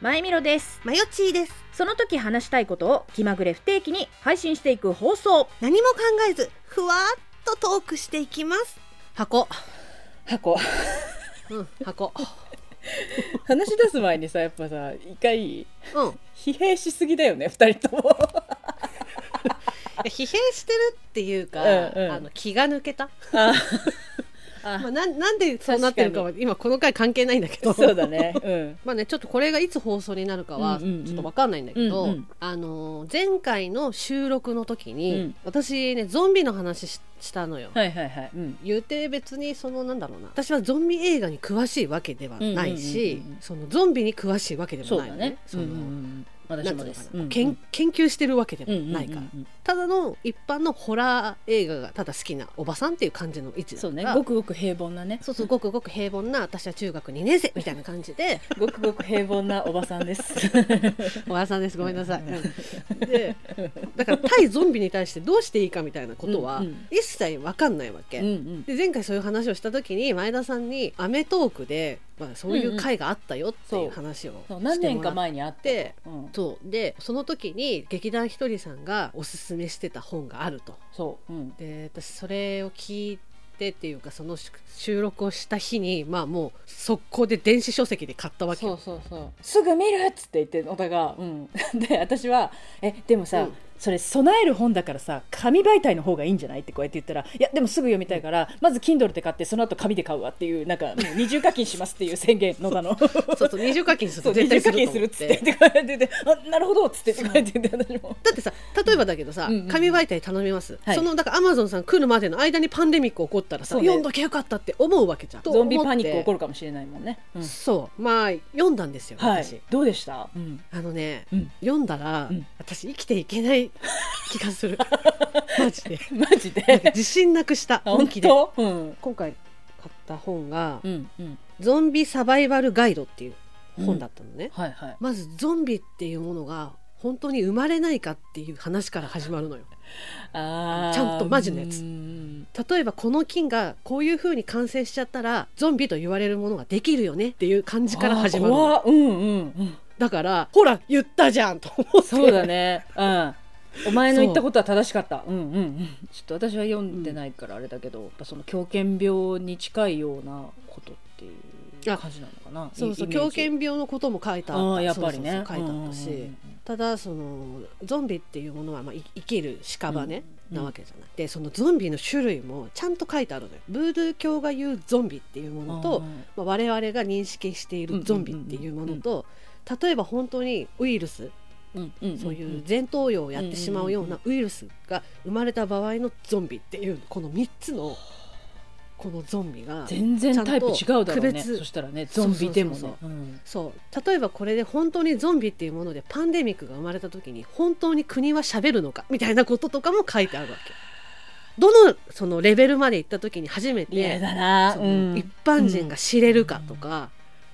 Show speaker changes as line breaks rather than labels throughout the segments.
まゆみろです
マヨチーです
その時話したいことを気まぐれ不定期に配信していく放送
何も考えずふわっとトークしていきます箱
箱
うん箱
話し出す前にさやっぱさ一回
うんい
疲弊しすぎだよね二人とも
や疲弊してるっていうか、
うんうん
あの気が抜けた、
あ
まあ、なんなんでそうなってるかは今この回関係ないんだけど
そうだねうん
まあねちょっとこれがいつ放送になるかは
うん
ち
うんうん
ょっとわかんないんだけど、
うんうん
あのー前回の収録の時に、
うん
私ねゾンビの話ししたのよ。
はいはいはいうん
言うて別にそのなんだろうな私はゾンビ映画に詳しいわけではない
うんうん
し
うんうんうん
そのゾンビに詳しいわけで
そ
も
う
な
だ
いの
ね
その
うんうんうん
な
私
んて
も
いう
で
のか
す
なけん研究してるわけで
う
も
んうんうん
ないから
うんうんうん
ただの一般のホラー映画がただ好きなおばさんっていう感じの位置だ
そう
か
ね
ら
ごくごく平凡なね
そうそうごくごく平凡な私は中学2年生みたいな感じで
ごくごく平凡なおばさんです
おばさんですごめんなさい。
うん
うんでだから対ゾンビに対してどうしていいかみたいなことは
うんうん
一切分かんないわけ。
うんうん
で前回そういう話をした時に前田さんに『アメトーク』で、まあ、そういう回があったよって
うん
いううん話をして
そ
も
う
らっ
何年か前にあって
て、
うん、
そうでその時に劇団ひとりさんがおすすめしてた本があると。
そう、うん、
で私それを聞いてっていうかその収収録をした日にまあもう速攻で電子書籍で買ったわけ
そ
よ
うそうそうすぐ見るっつって言って野田が、うん、 で私は「えでもさ、
うん
それ備える本だからさ紙媒体の方がいいんじゃない?」ってこうやって言ったら「いやでもすぐ読みたいから、まず Kindle で買ってその後紙で買うわ」っていうなんかもう二重課金しますっていう宣言野田 の。
そうそう二重課金する
そ
と
う二
絶対
重
す
課
ると
金する
思っ
っつっててってこうやって言って 「あなるほど」っつってってこうやって言って私も。
だってさ例えばだけどさ、
うん
紙媒体頼みます、
はい
そのだからアマゾンさん来るまでの間にパンデミック起こったらさ、
そうね
読んどきゃよかったって思うわけじゃん
ゾンビパニック起こ
る、
るかもしれないもんね。うん
そうまあ読んだんですよ、
はい
私、
どうでした、うん
あのね、
うん
読んだら、
うん
私生きてい けない気がするマジで
マジで
なんか自信なくした
本
本気で
当、うん
今回買った本が、
うんうん、
ゾンビサバイバルガイド」っていう本だったのね、
はいはい
まずゾンビっていうものが本当に生まれないかっていう話から始まるのよ
あー
ちゃんとマジのやつ
うん
例えばこの菌がこういう風に感染しちゃったらゾンビと言われるものができるよねっていう感じから始まるの
あー怖っうんうんうん
だからほら言ったじゃんと思って
そうだねうんお前の言ったことは正しか ったうんうんうんちょっと私は読んでないからあれだけど、やっぱその狂犬病に近いようなことっていう感じなのかな
そうそう
イメー
狂
ジ
犬病のことも書いてあった
ああやっぱりね
そうそうそう書いてあったし、
うんうんうん
ただそのゾンビっていうものは、まあ、い生きる屍
うん
なわけじゃない、でそのゾンビの種類もちゃんと書いてあるのよブードゥー教が言うゾンビっていう
うん
も
うん
のと、まあ、我々が認識しているゾンビっていうものと、例えば本当にウイルス
うんうんん
そういう前頭葉をやってしまうようなウイルスが生まれた場合のゾンビっていうこの3つのこのゾンビが
全然タイプ違うだろう
ちゃんと
ね
区別
そしたらねゾンビでもね
そうそう
うん
そう例えばこれで本当にゾンビっていうものでパンデミックが生まれた時に本当に国は喋るのかみたいなこととかも書いてあるわけ。どのそのレベルまで行った時に初め
嫌
て
だな、
そうの一
ん、
般人が知れるかとか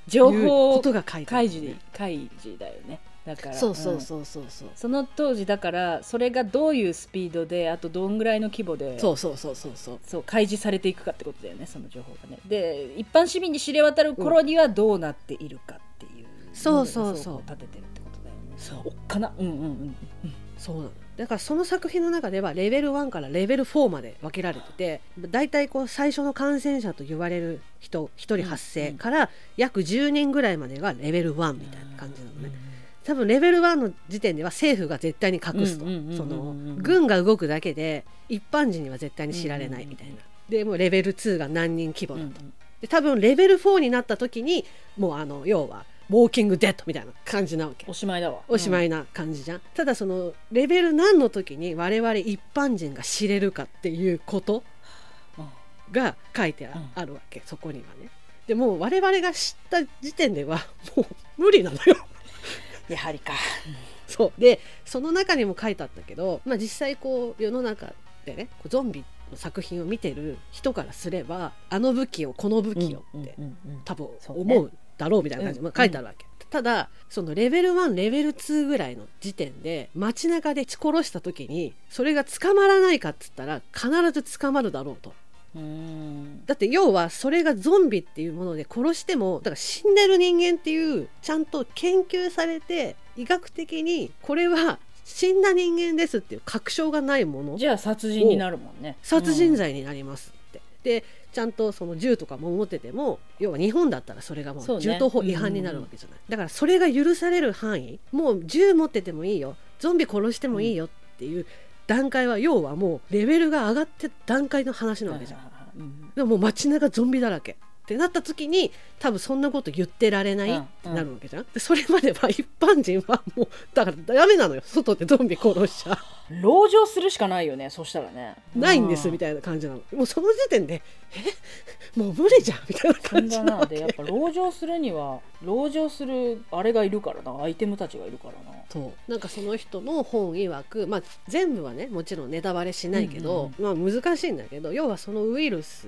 いう
情報
ことが書いてあ
開
る、
示開示だよねだから
そうそ
ん
うそうそうそう
その当時だからそれがどういうスピードであとどんぐらいの規模で
そうそうそうそうそう
そう開示されていくかってことだよねその情報がねで一般市民に知れ渡る頃にはどうなっているかっていう、
そうそうそう
のを立ててるってことだよねそうおっかなうんうんうん
そうなのだからその作品の中ではレベル1からレベル4まで分けられてて大体こう最初の感染者と言われる人1人発生から約10人ぐらいまでがレベル1みたいな感じなのね多分レベル1の時点では政府が絶対に隠すと
うんうんうんうんうん
その軍が動くだけで一般人には絶対に知られないみたいなでもうレベル2が何人規模
うんう
だと
ん
で多分レベル4になった時にもうあの要はウォーキングデッドみたいな感じなわけ
おしまいだわ
おしま
い、
いな感じじゃん、ただそのレベル何の時に我々一般人が知れるかっていうこと
うん
が書いてあ,、
うん
るわけそこにはねでもう我々が知った時点ではもう無理なのよ
やはりか
そうでその中にも書いてあったけど、まあ、実際こう世の中でねこうゾンビの作品を見てる人からすればあの武器をこの武器をって、
うんうんうん
多分
そうね
思うだろうみたいな感じで
うん
まあ書いてあるわけ、ただそのレベル1レベル2ぐらいの時点で街中で血殺した時にそれが捕まらないかっつったら必ず捕まるだろうと
うん
だって要はそれがゾンビっていうもので殺してもだから死んでる人間っていうちゃんと研究されて医学的にこれは死んだ人間ですっていう確証がないもの
じゃあ殺人になるもんね
殺人罪になりますって。でちゃんとその銃とかも持ってても要は日本だったらそれがも
そう
う
ね
銃刀法違反になるわけじゃない、だからそれが許される範囲もう銃持っててもいいよゾンビ殺してもいいよっていう段階は要はもうレベルが上がって段階の話
うん
なわけじゃん。
うん
でももう街中ゾンビだらけってなった時に多分そんなこと言ってられないってなるわけじゃん、でそれまでは一般人はもうだからダメなのよ外でゾンビ殺しちゃ
籠城するしかないよねそしたらね
ないんですみたいな感じなのもうその時点でえ もう無理じゃんみたいな
死ん
感じ
だ
な
な
わ
で
け
やっぱ籠城するに は籠城するあれがいるからなアイテムたちがいるからな
そうなんかその人の本曰く、まあ、全部はねもちろんネタバレしないけど、まあ、難しいんだけど要はそのウイルス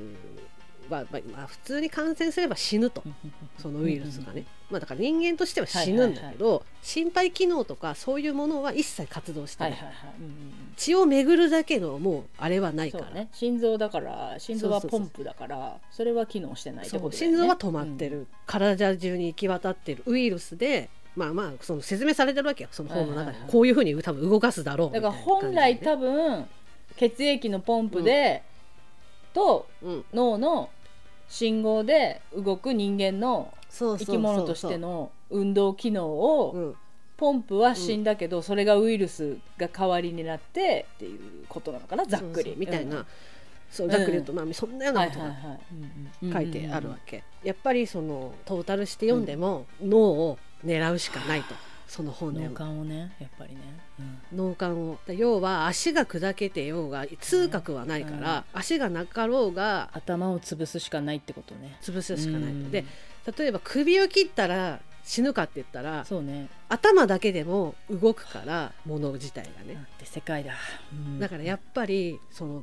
は、まあまあ、普通に感染すれば死ぬと そのウイルスがね、まあ、だから人間としては死ぬんだけど、心肺機能とかそういうものは一切活動して
は
ない、
いはいはい、うんうん
血を巡るだけのもうあれはな
うん、
いか
そ
ら
うね心臓だから心臓は
そうそう
ポ
そう
ンプだからそれは機能してないって
そう
ことだよね
心臓は止まってる、体中に行き渡ってるウイルスでまあまあその説明されてるわけよその本の中で、
はいはいはい
こういうふうに多分動かすだろう
だから本
みたい
来多
な感
分血液のポンプで、と
じでねうん
脳の信号で動く人間の
そうそうそうそう
生き物としての運動機能を
うん
ポンプは死んだけどそれがウイルスが代わりになってっていうことなのかなざっく
そう
り
そうみたいな、
うん
そうざっくり言うと、まあ、そんなような
はい
こと
はい
が
はいうんうん
書いてあるわけ、やっぱりそのトータルして読んでも、脳を狙うしかないとその
う
本
んうん
で
うん脳
も
幹をねやっぱりね、うん
脳幹を要は足が砕けてようが痛覚はないから、足がなかろうが
頭を潰すしかないってことね
潰すしかない
うん
とで例えば首を切ったら死ぬかって言ったら
そうね
頭だけでも動くから物自体が
な
ね
んて世界だ、うん
だからやっぱりその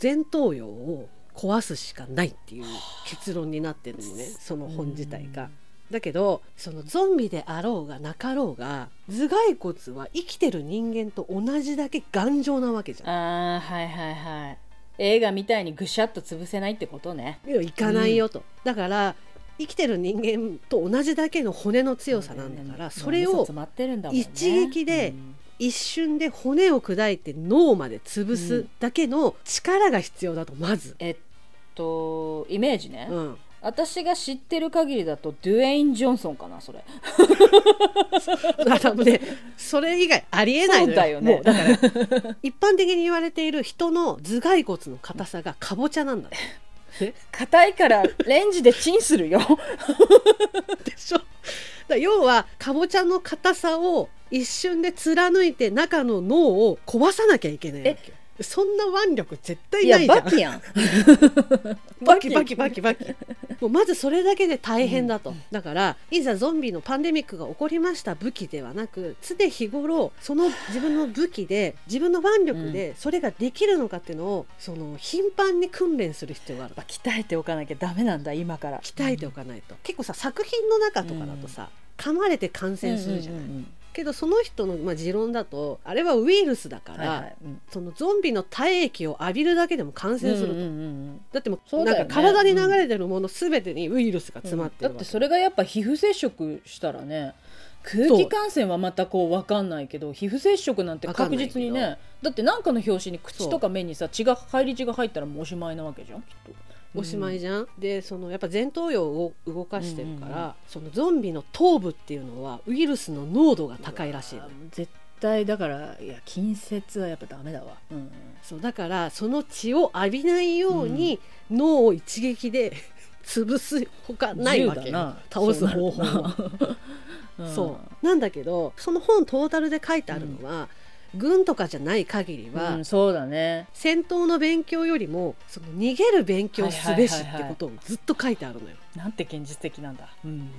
前頭葉を壊すしかないっていう結論になってるのねその本自体が。だけどそのゾンビであろうがなかろうが頭蓋骨は生きてる人間と同じだけ頑丈なわけじゃん。
あーはいはいはい映画みたいにぐしゃっと潰せないってことね
いやいかないよと、だから生きてる人間と同じだけの骨の強さなんだから、
うん
それ
脳み
を
詰まってるんだもんね
一撃で
うん
一瞬で骨を砕いて脳まで潰すだけの力が必要だとまず。
えっとイメージね、
うん、
私が知ってる限りだとデュエイン・ジョンソンかなそれ
だからも うねそれ以外ありえないの
そうだよね
もうだから一般的に言われている人の頭蓋骨の硬さがかぼちゃなんだ って
硬いからレンジでチンする よ
でしょだから要はかぼちゃの硬さを一瞬で貫いて中の脳を壊さなきゃいけないわけよそんな腕力絶対
い
な
や
いじゃん
バキやん
バキバキバキバキもうまずそれだけで大変だと、だからいざゾンビのパンデミックが起こりました武器ではなく常日頃その自分の武器で自分の腕力でそれができるのかっていうのをその頻繁に訓練する必要がある
やっぱ鍛えておかなきゃダメなんだ今から
鍛えておかないと、結構さ作品の中とかだとさ、噛まれて感染するじゃない、
うんうんうん
けどその人の、まあ、持論だとあれはウイルスだから、
はいはいうん
そのゾンビの体液を浴びるだけでも感染すると、
うんうんうんうん
だってもう
そうだよ
な
ね
んか体に流れてるもの全てにウイルスが詰まってる
うん
わ
だ
け、
ってそれがやっぱ皮膚接触したらね空気感染はまたこう分かんないけど皮膚接触なんて確実に
わかん
ねだって何かの拍子に口とか目にさ血が返り血が入ったらもうおしまいなわけじゃんきっと
おしまい
じ
じゃん、でそのやっぱ前頭葉を動かしてるから、
うんうんう
そのゾンビの頭部っていうのはウイルスの濃度が高いらしいの
絶対だからいや近接はやっぱダメだわ、うんうん、
そうだからその血を浴びないように脳を一撃で潰すほかないわけ
自由だな
倒す方法は
そうなるなうん
そうなんだけどその本トータルで書いてあるのは、軍とかじゃない限りは、
うんそうだね
戦闘の勉強よりもその逃げる勉強をすべしってことをずっと書いてあるのよ。
なんて現実的なんだ、うん、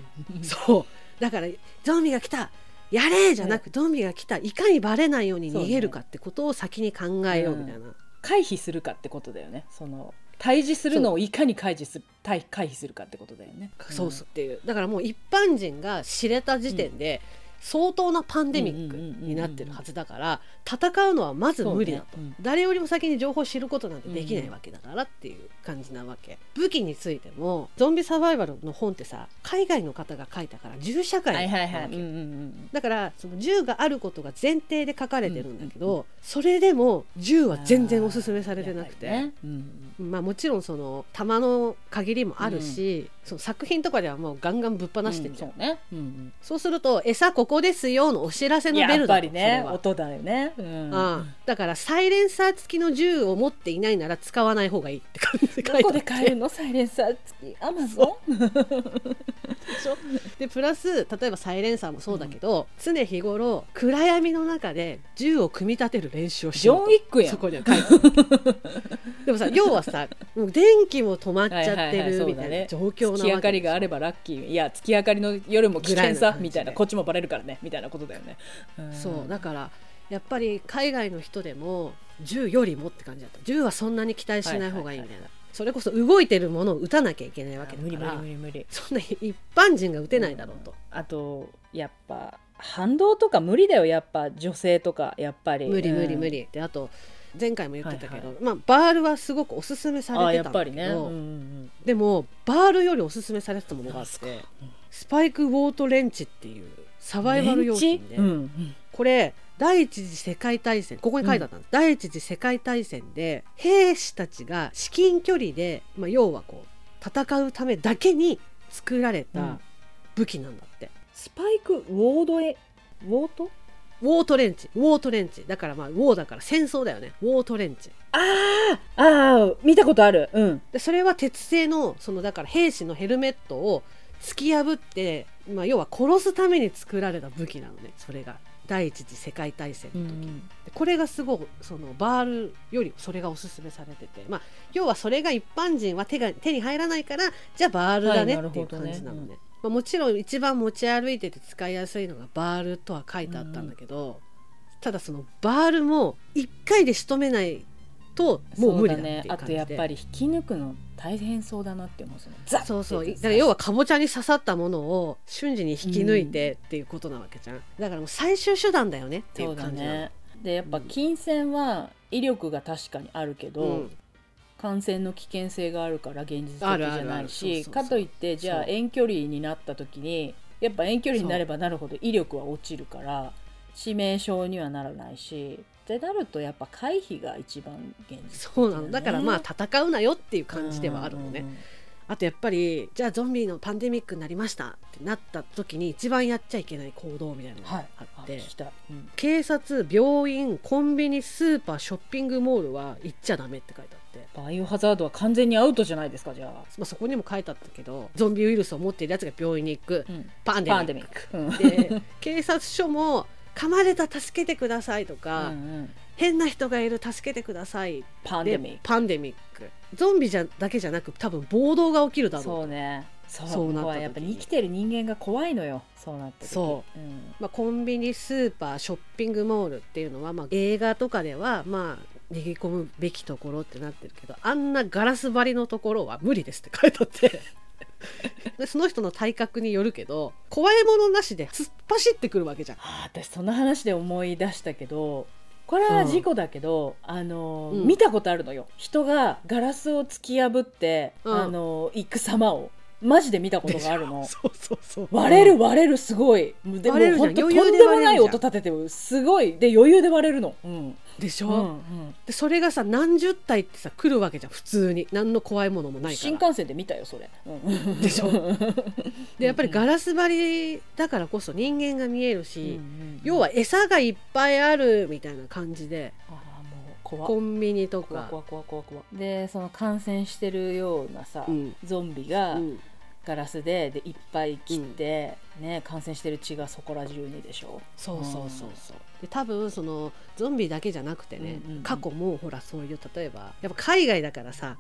そうだからゾンビが来たやれじゃなくゾンビが来たいかにバレないように逃げるかってことを先に考えようみたいな、
回避するかってことだよねその対峙するのをいかに回避する対回避するかってことだよね
そうそうっていうだからもう一般人が知れた時点で、相当なパンデミックになってるはずだから戦うのはまず無理だと、
そうね
誰よりも先に情報を知ることなんてできないわけだからっていう感じなわけ、武器についてもゾンビサバイバルの本ってさ海外の方が書いたから銃社会
はい
な
は
わ
い
け、
はい、うんうんうん、
だからその銃があることが前提で書かれてるんだけど、
うんうん
それでも銃は全然おすすめされてなくて。
やっぱりねうん
まあ、もちろんその弾の限りもあるし、その作品とかではもうガンガンぶっ放してるじゃん、
うんそうね、うん
そうすると「餌ここですよ」のお知らせ
うん、
の
や
ベ
っ
ルだ
ぱ
と
りね
それは
音だよね、うん
うん、だからサイレンサー付きの銃を持っていないなら使わない方がいいって感じで書いてあ
ど
って
こで買えるのサイレンサー付きアマゾン
でプラス例えばサイレンサーもそうだけど、常日頃暗闇の中で銃を組み立てる練習をし
ジョン
よ
ウ
う
ィックや
そ
ん
こには書いてあるで もさ要はさもう電気も止まっちゃってるみたいな状況なわけでしょ
月明かりがあればラッキーいや月明かりの夜も危険
ぐらいの
さ
感じで
みたいなこっちもバレるからねみたいなことだよね、ん
そうだからやっぱり海外の人でも銃よりもって感じだった銃はそんなに期待しない方がいい
はいはい
みたいな、
はいはい
それこそ動いてるものを撃たなきゃいけないわけ
無理
だか
無
ら
理無理無理
そんな一般人が撃てないだろうと、
あとやっぱ反動とか無理だよやっぱ女性とかやっぱり
無理無理無
理
理であと前回も言ってたけど、
は
まあ、バールはすごくおすすめさ
あ
れ
や
てた
っ
ん
ぱ
だ
り
け
ね、
ど、
うんうん
でもバールよりおすすめされてたも
う
の
ん、
があっ
す
てスパイクウォートレンチっていうサバイバル用品で、
うんうん、
これ第一次世界大戦ここに書いてあったんです、第一次世界大戦で兵士たちが至近距離で、まあ、要はこう戦うためだけに作られ
う
た
ん
武器なんだって、
スパイクウォードエウォート
ウォートレンチウォートレンチだからまあウォーだから戦争だよねウォートレンチ
ああああ見たことあるうん
でそれは鉄製のそのだから兵士のヘルメットを突き破って、まあ、要は殺すために作られた武器なのねそれが第一次世界大戦の時、でこれがすごくそのバールよりそれがおすすめされてて、まあ、要はそれが一般人は手が手に入らないからじゃあバールだね
はい
っていう感じ
なる
な
ほ
の
ど
ね。まあ、もちろん一番持ち歩いてて使いやすいのがバールとは書いてあったんだけど、ただそのバールも1回で仕留めないともう無理だっていう感じで
そうだねあとやっぱり引き抜くの大変そうだなって思うそのザッ
そうそう
って
だから要はかぼちゃに刺さったものを瞬時に引き抜いてっていうことなわけじゃん、だからもう最終手段だよねってい
そううだ
感じなの
ねでやっぱ金銭は威力が確かにあるけど、
うん
感染の危険性があるから現実的じ
あるあ
ゃ
るあ
な
る
い
そう
し
そうそう
かといってじゃあ
そう
遠距離になった時にやっぱ遠距離になればなるほど威力は落ちるから致命傷にはならないしってなるとやっぱ回避が一番現実的
そうなのだからまあ戦うなよっていう感じではあるのね、
うんうんうん
あとやっぱりじゃあゾンビのパンデミックになりましたってなった時に一番やっちゃいけない行動みたいなの
は
が
い
あ
あ
って、
聞きたい、うん
警察病院コンビニスーパーショッピングモールは行っちゃダメって書いてあって。
バイオハザードは完全にアウトじゃないですかじゃあ、
まあ、そこにも書いてあったけどゾンビウイルスを持っているやつが病院に行く
うん
パンデミ
パ
ッ
ン
ク
デミック、うん
で警察署も「噛まれた助けてください」と
うん
か、
うん
変な人がいる助けてください」
パンデ
で
ミック
パンデミックゾンビじゃだけじゃなく多分暴動が起きるだろう
そうねそう
そうなった時に
怖いやっぱり生きてる人間が怖いのよそうなって、
そう
うん、
まあ、コンビニスーパーショッピングモールっていうのは、まあ、映画とかではまあ逃げ込むべきところってなってるけどあんなガラス張りのところは無理ですって書いてあって でその人の体格によるけど怖いものなしで突っ走ってくるわけじゃん。
あー私その話で思い出したけどこれは事故だけど、あのー
うん
見たことあるのよ人がガラスを突き破って、
うん
あのー行く様をマジで見たことがあるの
そうそうそう
割れる割れるすごいでも
割れるじゃ
本当
ん
と
余裕
ん
で
で
割
も
れる
な
じ
い
ゃん
音立ててるすごいで余裕で割れるのうん、
でし
う
ょ、
んうん
でそれがさ何十体ってさ来るわけじゃん普通に何の怖いものもないから
新幹線で見たよそれ、うん、
でしょでやっぱり
うん
ガラス張りだからこそ人間が見える
うんう
し、
ん
要は餌がいっぱいあるみたいな感じで
あーもう怖っ
コンビニと
怖
か
怖怖怖怖でその感染してるようなさ、
うん
ゾンビが
うん
ガラスででいっぱい切って、ね感染してる血がそこら中にでしょ
そうそうそうそうで多分そのゾンビだけじゃなくてね、
うんうんうん
過去もほらそういう例えばやっぱ海外だからさ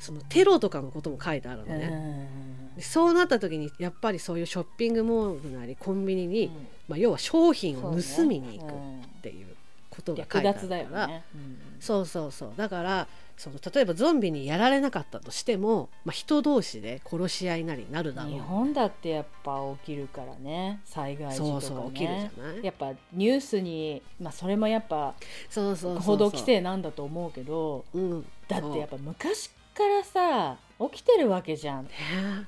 そのテロとかのことも書いてあるの
うん
ね、でそうなった時にやっぱりそういうショッピングモールなりコンビニに、まあ、要は商品を盗みに行く
う
っ
ん
ていうことが書い
略
て
奪だ
ある
よ
から
ね、うん
そうそうそうだからその例えばゾンビにやられなかったとしても、まあ、人同士で殺し合いなりなるだろう
日本だってやっぱ起きるからね災害時とか、
そ
ね、
うそう起きるじゃない
やっぱニュースに、まあ、それもやっぱ
そうそうそうそう
報道規制なんだと思うけど
うん
だってやっぱ昔からさ起きてるわけじゃん。
そうね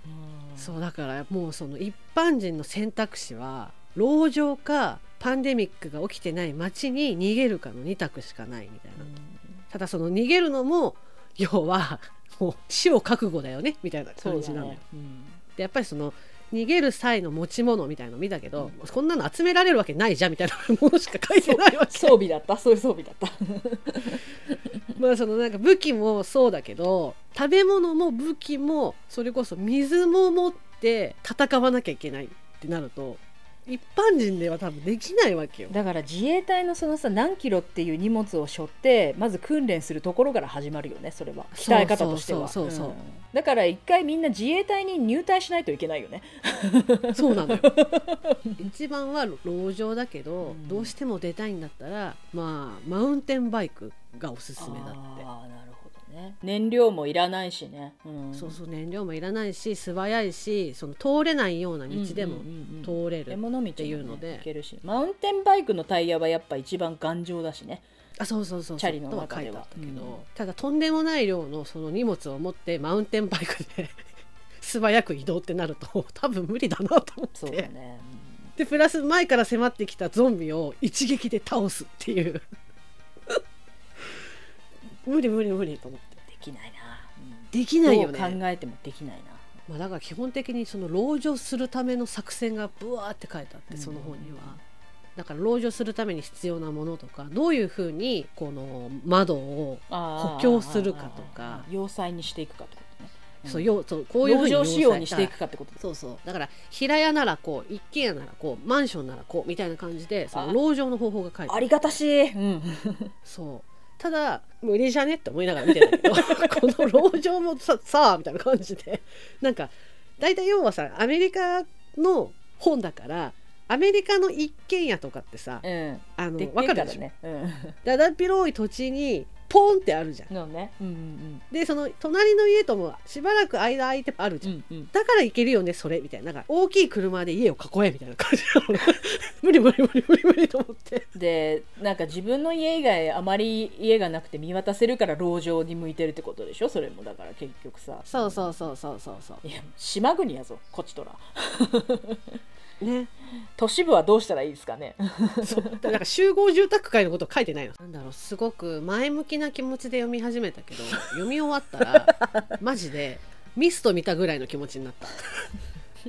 うん
そうだからもうその一般人の選択肢は籠城かパンデミックが起きてない街に逃げるかの2択しかないみたいなただその逃げるのも要はもう死を覚悟だよねみたいな
そ
感
う
じ
だ
なのよ
ね。うん
でやっぱりその逃げる際の持ち物みたいの見たけど、
う
こんなの集められるわけないじゃんみたいなものしか書いてないわけ
装備だったそういう装備だった。
まあそのなんか武器もそうだけど食べ物も武器もそれこそ水も持って戦わなきゃいけないってなると一般人では多分できないわけよ。
だから自衛隊のそのさ何キロっていう荷物を背負ってまず訓練するところから始まるよねそれは
そう
鍛え方としては
そうそうそうそうん
だから一回みんな自衛隊に入隊しないといけないよね
そうなの よ一番は籠城だけど、
うん
どうしても出たいんだったらまあマウンテンバイクがおすすめだって。
ああなるほどね燃料もいらないしね、うん、
そうそう燃料もいらないし素早いしその通れないような道でも
うんうんうんうん
通れる、
獣道もね
っていうので
行けるしマウンテンバイクのタイヤはやっぱ一番頑丈だしね
あそうそうそうそう
チャリの
とは
中
書い
で
てあ
は
ったけど、
うん
ただとんでもない量のその荷物を持ってマウンテンバイクで 素早く移動ってなると多分無理だなと思って
そうだね、うん
でプラス前から迫ってきたゾンビを一撃で倒すっていう無理無理無理と思って
できないな、うん
できないよ
どう
ね、
考えてもできないな
まあ、だから基本的にその籠城するための作戦がブワーって書いてあってその本には。だから籠城するために必要なものとかどういうふうにこの窓を
補
補強するかとか
要塞にしていくかってことね
そう
要
よそうこういうふうに
仕様にしていくかってこと
そうそうだから平屋ならこう一軒家ならこうマンションならこうみたいな感じでその
あ
籠城の方法が書いてあ
あ
る
りがたしい、うん、
そうただ無理じゃねって思いながら見て たけどこの籠城もささあみたいな感じでなんか大体要はさアメリカの本だからアメリカの一軒家とかってさ
うん、
あの
でっ
わ
け
か
えか
るで
ら
しょ
ね、うん、
だだっ広い土地にポンってあるじゃん
のねうん
でその隣の家ともしばらく間空いてあるじ
う
ゃん
んうんうん
だから行けるよねそれみたいななんか大きい車で家を囲えみたいな感じなの 無理無理無理無理無理と思って
でなんか自分の家以外あまり家がなくて見渡せるから籠城に向いてるってことでしょそれもだから結局さ
そうそうそうそうそうそ
いや島国やぞこっちとら
うね
都市部はどうしたらいいですかね
そうだからなんか集合住宅街のこと書いてないのなんだろうすごく前向きな気持ちで読み始めたけ ど読み終わったらマジでミスト見たぐらいの気持ちになった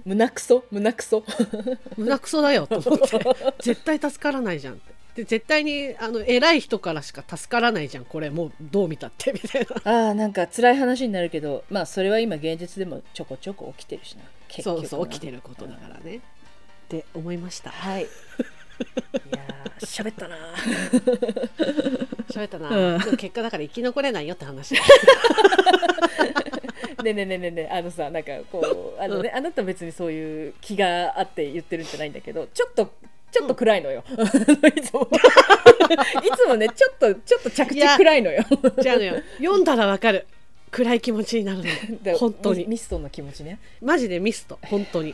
胸くそ胸くそ
胸クソだよと思って絶対助からないじゃんってで絶対にあの偉い人からしか助からないじゃんこれもうどう見たってみたいな
ああなんか辛い話になるけどまあそれは今現実でもちょこちょこ起きてるしな結
そ
局
う
な
そう起きてることだからね、って思いました
はいいやー喋ったな
喋ったな、
うん
でも結果だから生き残れないよって話
ねえねえねえねえねえあのさなんかこうあのね、あなた別にそういう気があって言ってるんじゃないんだけどちょっとちょっと 暗いのよ、いつ もいつもねちょっとちょっと着
い
地
や
暗いのよ
じゃあね読んだらわかる暗い気持ちになる
で
の本当
ミ
に
ミストの気持ちね
マジでミスト本 当に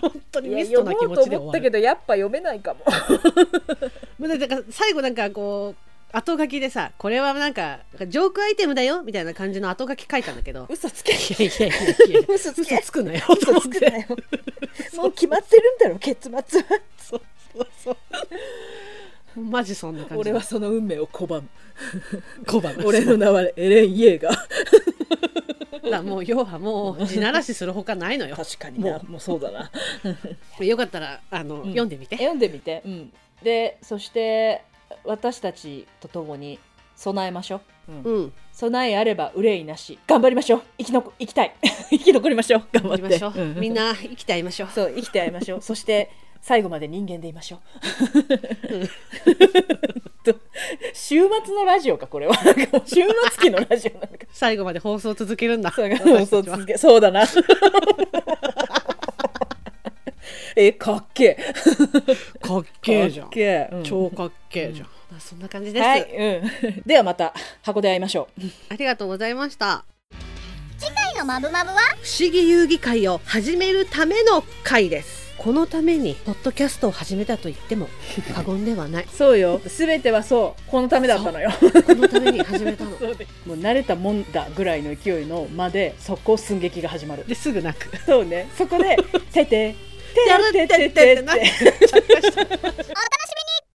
本当にミストな気
いや読もう
持ち
と
で
思っ
終
たけ
わる
どやっぱ読めないかも
もうだから最後なんかこう後書きでさこれはなんかなんかジョークアイテムだよみたいな感じの後書き書いたんだけど
嘘つけ
いやいやいやいや
嘘つ
嘘
け
つくなよと
嘘
思っ
つくな
て
よもう決まってるんだろ結末は
そうそうそうマジそんな感じ
俺はその運命を拒む
小判
俺の名はエレン・イエーガー
だからもう要はもう地ならしするほかないのよ
確かになもうそうだな
よかったらあの、
うん
読んでみて
読んでみて、うん、でそして私たちと共に備えましょう、うん
うん
備えあれば憂いなし頑張りましょう生きのこ生きたい 生き残りましょう頑張
行
っ
き
て
ましょう、
うん
みんな生きて会いましょう
そう生きて会いましょうそして最後まで人間でいましょう、
うん
と週末のラジオかこれはなんかもう週末期のラジオなのか
最後まで放送続けるんだ
そう
私たちは
続けそうだな えかっけえ
かっけえじゃ
か
ん
っけえ、うん
超かっけえじゃん、まあ、そんな感じです、
はい、うん、ではまた箱で会いましょう
ありがとうございました
次回の「まぶまぶ」は
不思議遊戯会を始めるための会ですこのためにポッドキャストを始めたと言っても過言ではない
そうよ全てはそうこのためだったのよ
このために始めたの
そうでもう慣れたもんだぐらいの勢いの間で速攻寸劇が始まる
ですぐ泣く
そうねそこで「ててて
やるってってっ
ててて
て
て
なっちゃった